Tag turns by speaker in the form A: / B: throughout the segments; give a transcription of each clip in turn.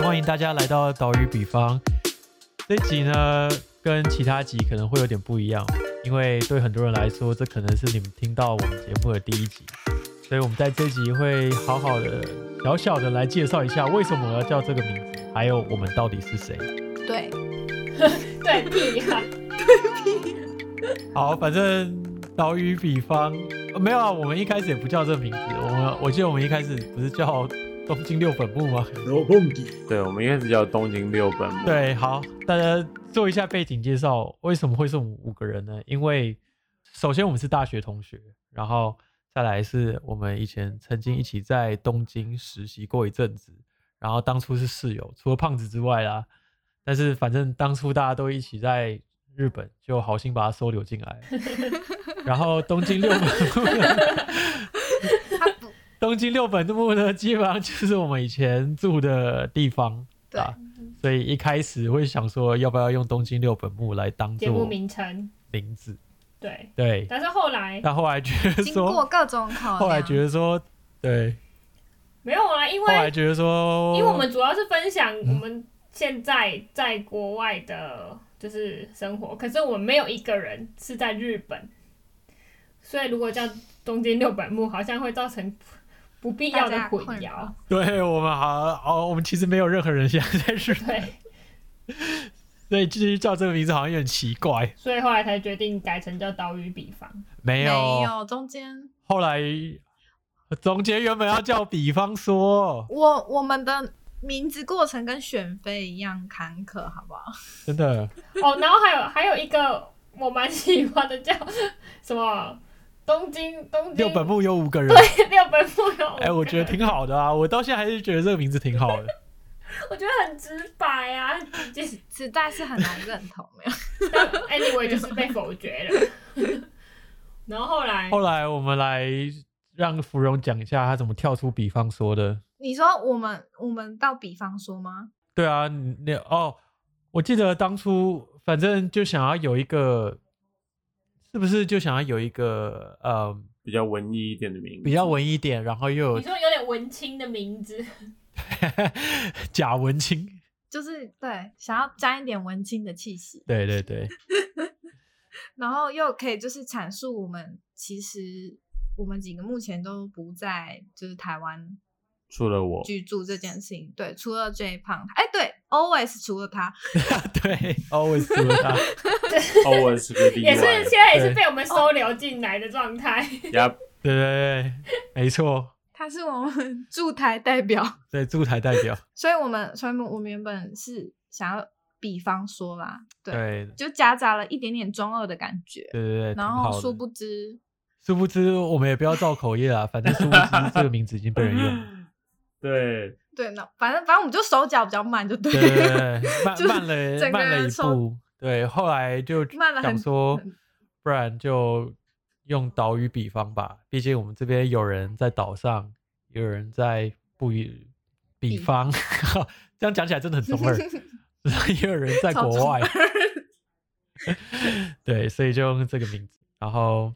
A: 欢迎大家来到岛屿比方。这一集呢，跟其他集可能会有点不一样，因为对很多人来说，这可能是你们听到我们节目的第一集，所以我们在这集会好好的、小小的来介绍一下为什么我要叫这个名字，还有我们到底是谁。
B: 对，
C: 对屁呀、
A: 好，反正岛屿比方、呃没有啊，我们一开始也不叫这个名字，我们我记得我们一开始不是叫东京六本木吗？
D: 罗蹦迪，
E: 对，我们一开始叫东京六本木。，
A: 对，好，大家做一下背景介绍，为什么会是我们五个人呢？因为首先我们是大学同学，然后再来是我们以前曾经一起在东京实习过一阵子，然后当初是室友，除了胖子之外啦，但是反正当初大家都一起在日本，就好心把他收留进来了，然后东京六本木呢
B: 他不
A: 东京六本木呢，基本上就是我们以前住的地方。
B: 对
A: 啊，所以一开始会想说，要不要用东京六本木来当
C: 节目
A: 做
C: 名称
A: 名字？
C: 对，
A: 对，
C: 但是后来
A: 但后来觉得
B: 经过
A: 说，
B: 各种考量，
A: 后来觉得说，对，
C: 没有啊，因
A: 后来嗯
C: 为
A: 觉得说，
C: 因为我们主要是分享我们现在在国外的，就是生活，可是我们没有一个人是在日本，所以如果叫东京六本木，好像会造成不必要的混
B: 大家困
C: 淆
B: 扰。
A: 对我们好好，我们其实没有任何人现在在日本，
C: 对，
A: 所以继续叫这个名字好像有点奇怪。
C: 所以后来才决定改成叫岛屿比方。
A: 没
B: 没
A: 有，
B: 有中间，
A: 后来总结原本要叫比方说，
B: 我我们的名字过程跟选妃一样坎坷，好不好？
A: 真的
C: 哦，然后还有还有一个我蛮喜欢的叫什么东京东京
A: 六本木有五个人，
C: 六本木有五
A: 哎、我觉得
C: 个
A: 挺好的啊，我到现在还是觉得这个名字挺好的。啊
C: 我觉得很直白 啊，很直接。
B: 实在是很难认同，没有。
C: 但 anyway 就是被否决了。然后后来
A: 后来我们来让芙蓉讲一下她怎么跳出比方说的。
B: 你说我们我们到比方说吗？
A: 对啊，你你哦，我记得当初反正就想要有一个，是不是就想要有一个呃
E: 比较文艺一点的名字。
A: 比较文艺一点，然后又
C: 你
A: 有
C: 说有点文青的名字，
A: 假文青。
B: 就是对，想要沾一点文青的气息，
A: 对对对，
B: 然后又可以就是阐述我们其实我们几个目前都不在就是台湾
E: 除了我，
B: 居住这件事情。对，除了 J 胖，哎，对，always 除了他，
A: 对，always 除了他，
E: 欧文 是个例外。
C: 也是现在也
A: 对
C: 是被我们收留进来的状态。
E: 呀，
A: 对对对，没错，
B: 他是我们 驻台代表，
A: 对驻台代表，
B: 所以我们所以我们原本是想要比方说啦， 对，
A: 对
B: 就夹杂了一点点中二的感觉，
A: 对对对，挺
B: 然
A: 好
B: 后
A: 的
B: 殊不知，
A: 殊不知我们也不要造口业啊，反正殊不知这个名字已经被人用了。
E: 对，
B: 对，那反正反正我们就手脚比较慢，就对
A: 对
B: 了。
A: 对对对，慢
B: 就是
A: 慢了
B: 整个
A: 慢了
B: 人
A: 一
B: 手
A: 步，对，后来就
B: 慢了
A: 想
B: 很
A: 说
B: 很，
A: 不然就用岛屿比方吧，毕竟我们这边有人在岛上，有人在不与比
B: 比
A: 方， 这样讲起来真的很 中二，也有人在
B: 超
A: 国
B: 中
A: 外
B: 二，
A: 对，所以就用这个名字，然后。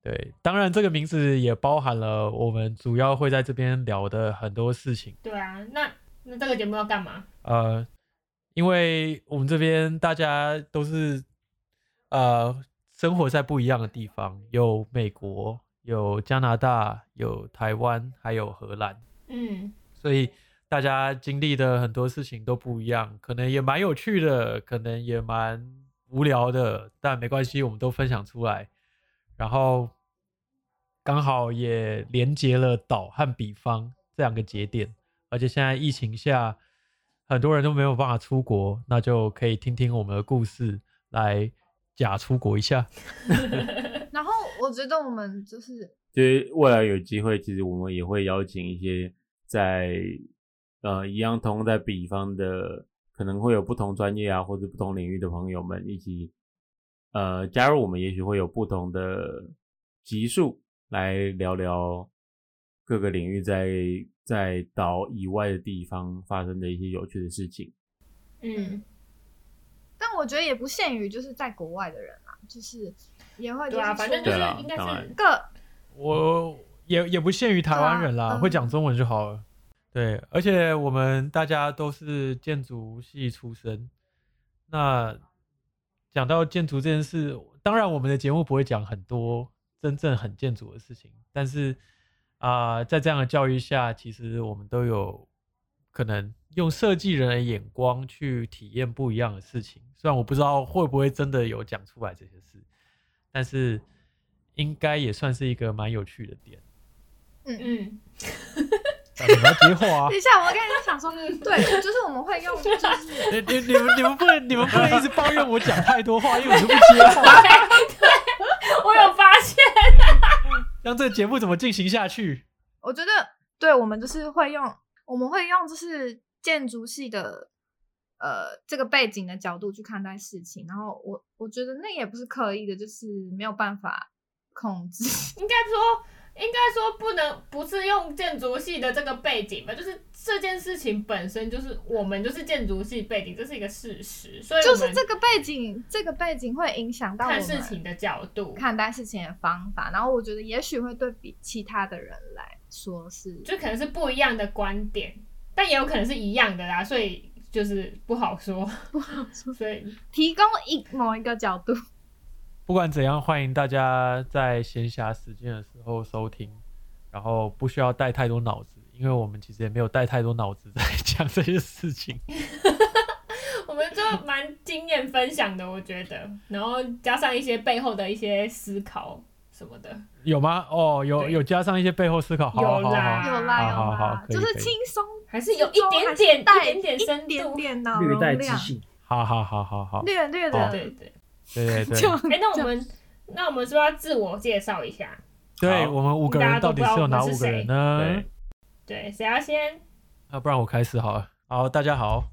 A: 对，当然这个名字也包含了我们主要会在这边聊的很多事情。
C: 对啊，那那这个节目要干嘛？
A: 呃，因为我们这边大家都是呃生活在不一样的地方，有美国，有加拿大，有台湾，还有荷兰，
C: 嗯，
A: 所以大家经历的很多事情都不一样，可能也蛮有趣的，可能也蛮无聊的，但没关系，我们都分享出来，然后刚好也连接了岛和比方这两个节点，而且现在疫情下，很多人都没有办法出国，那就可以听听我们的故事来假出国一下。
C: 嗯
B: 然后我觉得我们就是
E: 就是未来有机会，其实我们也会邀请一些在呃一样同在比方的，可能会有不同专业啊或者不同领域的朋友们一起呃加入我们，也许会有不同的集数来聊聊各个领域在在岛以外的地方发生的一些有趣的事情。
C: 嗯，
B: 但我觉得也不限于就是在国外的人啊，就是也会
C: 对啊，
B: 是
C: 反正
B: 说
C: 就是
E: 对啦
C: 应该
E: 当
C: 是
E: 然
B: 各
A: 啊我也也不限于台湾人啦，
B: 对啊
A: 会讲中文就好了。对，而且我们大家都是建筑系出身，那讲到建筑这件事，当然我们的节目不会讲很多真正很建筑的事情，但是啊、在这样的教育下，其实我们都有可能用设计人的眼光去体验不一样的事情。虽然我不知道会不会真的有讲出来这些事，但是应该也算是一个蛮有趣的点。
C: 嗯，
A: 啊你们要接话啊
B: 等一！下，我刚才在想 说，对，就是我们会用，就是
A: 你你你们你们不能你们不能一直抱怨我讲太多话，因为我就不接话，
C: 我有发 现，
A: 让这个节目怎么进行下去？
B: 我觉得，对我们就是会用，我们会用就是建筑系的呃这个背景的角度去看待事情，然后我我觉得那也不是刻意的，就是没有办法控制。
C: 应该说，应该说不能不是用建筑系的这个背景吧，就是这件事情本身就是我们就是建筑系背景，这是一个事实，所以
B: 就
C: 我
B: 是
C: 们
B: 这个背景，这个背景会影响到我
C: 看
B: 们
C: 事情的角度，
B: 看待事情的方法，然后我觉得也许会对比其他的人来说是，
C: 就可能是不一样的观点，但也有可能是一样的啦，所以就是不好 说，不好说，所以
B: 提供一某一个角 度。
A: 不管怎样，欢迎大家在闲暇时间的时候收听，然后不需要带太多脑子，因为我们其实也没有带太多脑子在讲这些事情。
C: 我们就蛮经验分享的，我觉得，然后加上一些背后的一些思考什么的，
A: 有吗？哦，有
C: 对
A: 有加上一些背后思考，好好
C: 有
A: 好
C: 啦
A: 好，
B: 有啦有
A: 好好
B: 啦
A: 好，可以
B: 就是
A: 可以
B: 轻松，
C: 还是有一
B: 中
C: 点
B: 还是
C: 点
B: 带
C: 一点点深
B: 一点
C: 度
B: 点脑
D: 略
B: 容
D: 带
B: 量，
D: 自信，
A: 好好好好好，
B: 略略
A: 哦
B: 的，
C: 对对。
A: 对对对
B: 就，
C: 哎、那我们那我们是不是要自我介绍一下？
A: 对
E: 好
A: 我们五个
C: 大
A: 人
C: 家都
A: 到
C: 不
A: 底
C: 知道
A: 是有
C: 我们
A: 哪
C: 是
A: 五个
C: 谁
A: 人呢
E: 对？，
C: 对，谁要先？
A: 那啊不然我开始好了。好，大家好，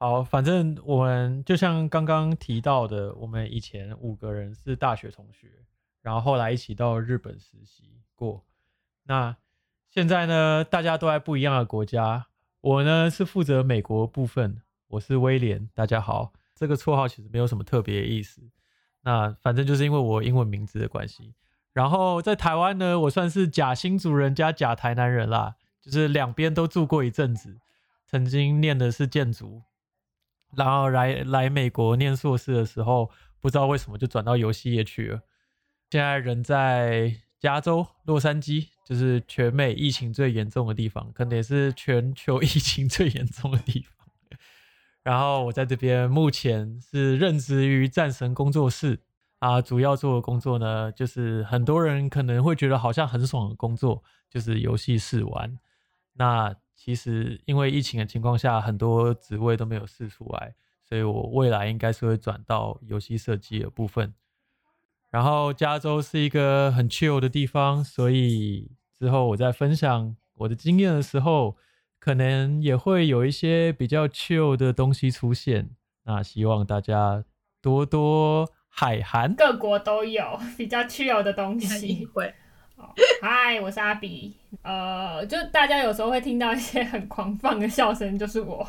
A: 好，反正我们就像刚刚提到的，我们以前五个人是大学同学，然后后来一起到日本实习过。那现在呢，大家都在不一样的国家。我呢是负责美国部分，我是威廉，大家好。这个绰号其实没有什么特别的意思，那反正就是因为我英文名字的关系。然后在台湾呢，我算是假新族人加假台南人啦，就是两边都住过一阵子，曾经念的是建筑，然后来来美国念硕士的时候，不知道为什么就转到游戏业去了。现在人在加州洛杉矶，就是全美疫情最严重的地方，可能也是全球 疫情最严重的地方。然后我在这边目前是任职于战神工作室啊，主要做的工作呢，就是很多人可能会觉得好像很爽的工作，就是游戏试玩。那其实因为疫情的情况下，很多职位都没有试出来，所以我未来应该是会转到游戏设计的部分。然后加州是一个很 chill 的地方，所以之后我在分享我的经验的时候，可能也会有一些比较 chill 的东西出现。那希望大家多多海涵。
C: 各国都有比较具有的东西。
B: 会，
C: 哦 嗨、我是阿比。呃，就大家有时候会听到一些很狂放的笑声，就是我。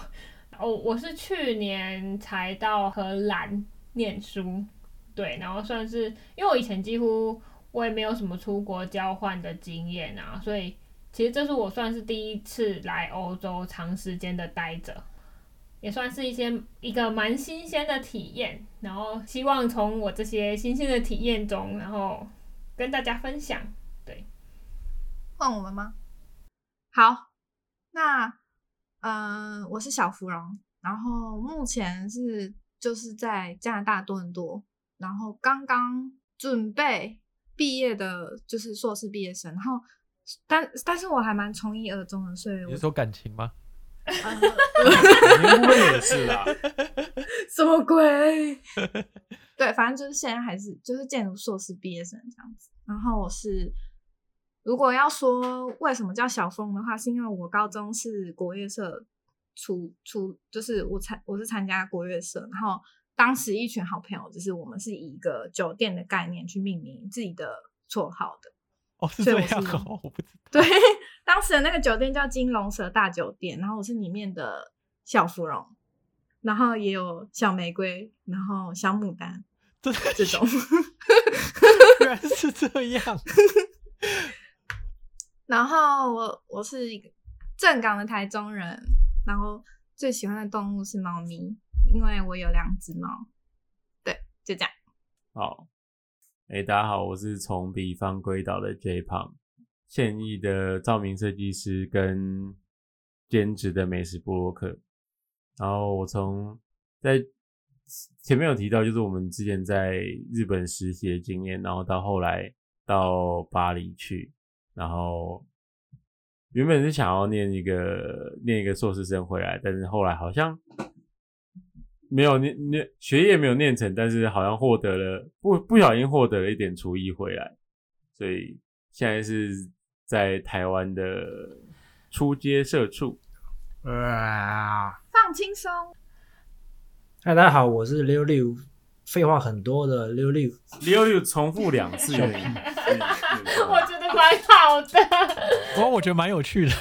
C: 哦，我是去年才到荷兰念书，对，然后算是因为我以前几乎我也没有什么出国交换的经验啊，所以其实这是我算是第一次来欧洲长时间的待着，也算是一些一个蛮新鲜的体验。然后希望从我这些新鲜的体验中，然后跟大家分享。
B: 换我们吗？好，那呃，我是小芙蓉，然后目前是就是在加拿大多伦多，然后刚刚准备毕业的，就是硕士毕业生，然后但但是我还蛮从一而终的，所以
A: 你
B: 我
A: 是说感情吗？
B: 呃
E: 肯定会也是啦。
B: 什么鬼？ 对，反正就是现在还是就是建筑硕士毕业生这样子。然后我是，如果要说为什么叫小峰的话，是因为我高中是国乐社出出，就是我参我是参加国乐社，然后当时一群好朋友，就是我们是以一个酒店的概念去命名自己的绰号的。
A: 哦，是
B: 所以
A: 这
B: 我是
A: 样
B: 龙
A: 哦，我不知道。
B: 对，当时的那个酒店叫金龙蛇大酒店，然后我是里面的小芙蓉，然后也有小玫瑰，然后小牡丹
A: 这
B: 这 种。
A: 居然是这样。
B: 然后我我是一个正港的台中人，然后最喜欢的动物是猫咪，因为我有两只猫。对，就这样。
E: 好，哎、大家好，我是从比方归岛的 J 胖，现役的照明设计师跟兼职的美食部落客。然后我从在前面有提到，就是我们之前在日本实习的经验，然后到后来到巴黎去，然后原本是想要念一个念一个硕士生回来，但是后来好像没有念念学业没有念成，但是好像获得了不不小心获得了一点厨艺回来，所以现在是在台湾的初阶社畜。
D: 啊！
B: 放轻 松，
D: 嗨，大家好，我是溜溜，废话很多的溜溜。
E: 溜溜重复两次而已。
C: 我觉得蛮好的。
A: 不过我觉得蛮有趣的，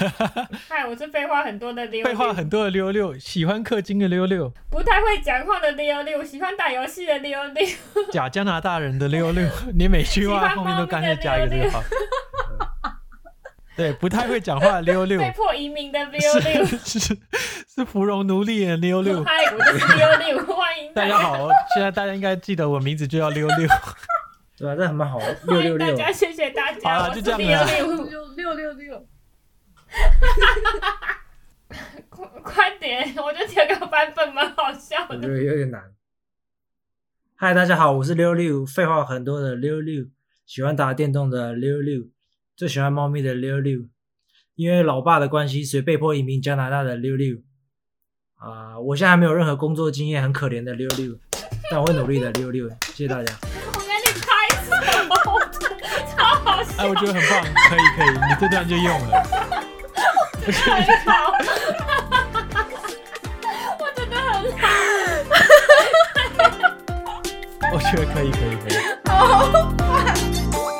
C: 嗨，我是废话很多的溜溜，
A: 废话很多的溜溜，喜欢氪金的溜 溜，
C: 不太会讲话的溜溜，喜欢打游戏的溜溜，
A: 假加拿大人的溜溜， 你每句话后面都干脆加一个这个好。对，不太会讲话的溜 溜
C: 被，迫 移民的溜溜。
A: 是 是是芙蓉奴隶的溜溜。
C: 嗨，我就是溜溜， 欢迎
A: 大家好，现在大家应该记得我名字就叫溜 溜。
D: 对啊，这很蛮好，六
C: 欢
D: 六
C: 迎大
D: 六。
C: 家，谢谢大
A: 好
C: 家，
A: 啦
C: 我是
A: 就这样
C: 溜
A: 啦
C: 溜六六六六。快快点！我觉得第二个版本蛮好笑
D: 我
C: 的
D: 觉。得有点难。 嗨，大家好，我是溜溜，废话很多的溜溜，喜欢打电动的溜溜，最喜欢猫咪的溜溜，因为老爸的关系，所以被迫移民加拿大的溜溜。啊、我现在还没有任何工作经验，很可怜的溜溜，但我会努力的溜溜，谢谢大家。
C: 我跟你拍什么？超好笑，
A: 哎，我觉得很棒，可以可以，你这段就用 了。
C: 很 好，我真的很好。
A: 我觉得可以可以可以。
B: 好烦。